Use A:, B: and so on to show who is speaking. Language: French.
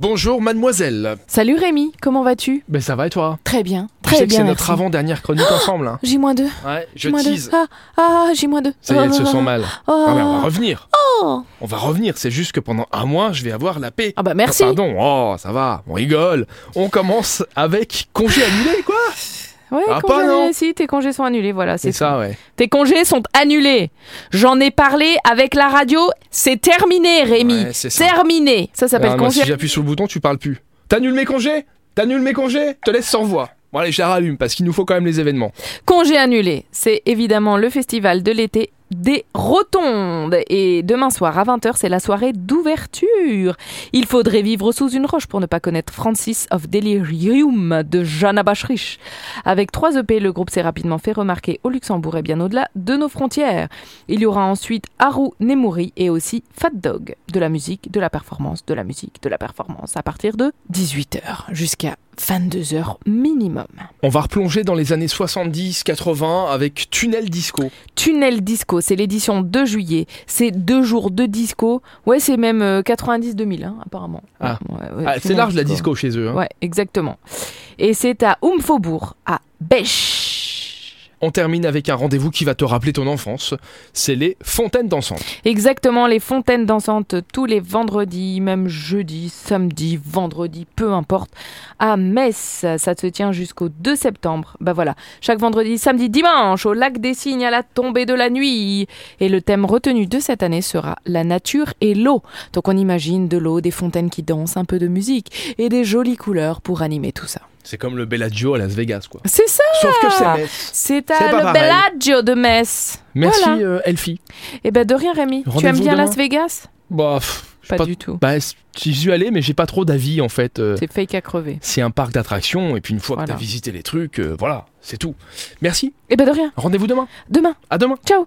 A: Bonjour mademoiselle.
B: Salut Rémi, comment vas-tu
A: Ben ça va et toi
B: Très bien,
A: Tu
B: très
A: sais que
B: bien.
A: c'est
B: merci. Ah
A: notre avant-dernière chronique ensemble. hein.
B: J'ai moins deux.
A: Ouais, je
B: j'ai moins deux.
A: tease.
B: Ah, ah, j'ai moins deux.
A: Ça y est, elles se sent mal.
B: Oh.
A: Ah, mais on va revenir.
B: Oh.
A: On va revenir, c'est juste que pendant un mois, je vais avoir la paix.
B: Ah bah merci.
A: Pardon, oh, ça va, on rigole. On commence avec congé annulé, quoi
B: Ouais,
A: Ah,
B: congé
A: pas, non.
B: annulé. Si, tes congés sont annulés, voilà, c'est
A: C'est ça, ouais.
B: tout. Tes congés sont annulés. J'en ai parlé avec la radio, c'est terminé Rémi.
A: Ouais, c'est ça.
B: terminé. Ça s'appelle
A: Ah, moi,
B: congé.
A: Si j'appuie sur le bouton, tu parles plus. T'annules mes congés T'annules mes congés Te laisse sans voix. Bon, allez, je la rallume parce qu'il nous faut quand même les événements.
B: Congé annulé, c'est évidemment le festival de l'été des Rotondes. Et demain soir à 20h, c'est la soirée d'ouverture. Il faudrait vivre sous une roche pour ne pas connaître Francis of Delirium de Jana Bachrich. Avec 3 EP, le groupe s'est rapidement fait remarquer au Luxembourg et bien au-delà de nos frontières. Il y aura ensuite Haru Nemuri et aussi Fat Dog. De la musique, de la performance, de la musique, de la performance à partir de 18h jusqu'à 22h minimum.
A: On va replonger dans les années 70-80 avec Tunnel Disco.
B: Tunnel Disco, c'est l'édition 2 juillet. C'est deux jours de disco. Ouais, c'est même euh, 90-2000, hein, apparemment.
A: Ah.
B: Ouais, ouais,
A: Ah, c'est
B: Tunnel
A: large la disco chez eux. hein.
B: Ouais, exactement. Et c'est à Oumfaubourg, à Bèche.
A: On termine avec un rendez-vous qui va te rappeler ton enfance. C'est les fontaines dansantes.
B: Exactement, les fontaines dansantes tous les vendredis, même jeudi, samedi, vendredi, peu importe, à Metz. Ça se tient jusqu'au 2 septembre. Bah voilà, chaque vendredi, samedi, dimanche, au lac des Cygnes à la tombée de la nuit. Et le thème retenu de cette année sera la nature et l'eau. Donc on imagine de l'eau, des fontaines qui dansent, un peu de musique et des jolies couleurs pour animer tout ça.
A: C'est comme le Bellagio à Las Vegas, quoi.
B: C'est ça
A: Sauf que c'est Metz.
B: C'est
A: C'est
B: à
A: pas
B: le
A: pareil.
B: Bellagio de Metz.
A: Merci
B: Voilà.
A: euh, Elfie.
B: Eh ben de rien Rémi, tu aimes
A: Rendez-vous
B: bien
A: demain.
B: Las Vegas
A: Bah, pff, je sais
B: Pas
A: pas-
B: du tout.
A: Bah, c- j'y suis allé, mais j'ai pas trop d'avis en fait. euh,
B: C'est fake à crever.
A: c'est un parc d'attractions, et puis une fois que
B: Voilà.
A: t'as visité les trucs, euh, voilà, c'est tout. Merci.
B: Eh ben de rien.
A: Rendez-vous demain.
B: Demain.
A: À demain.
B: Ciao.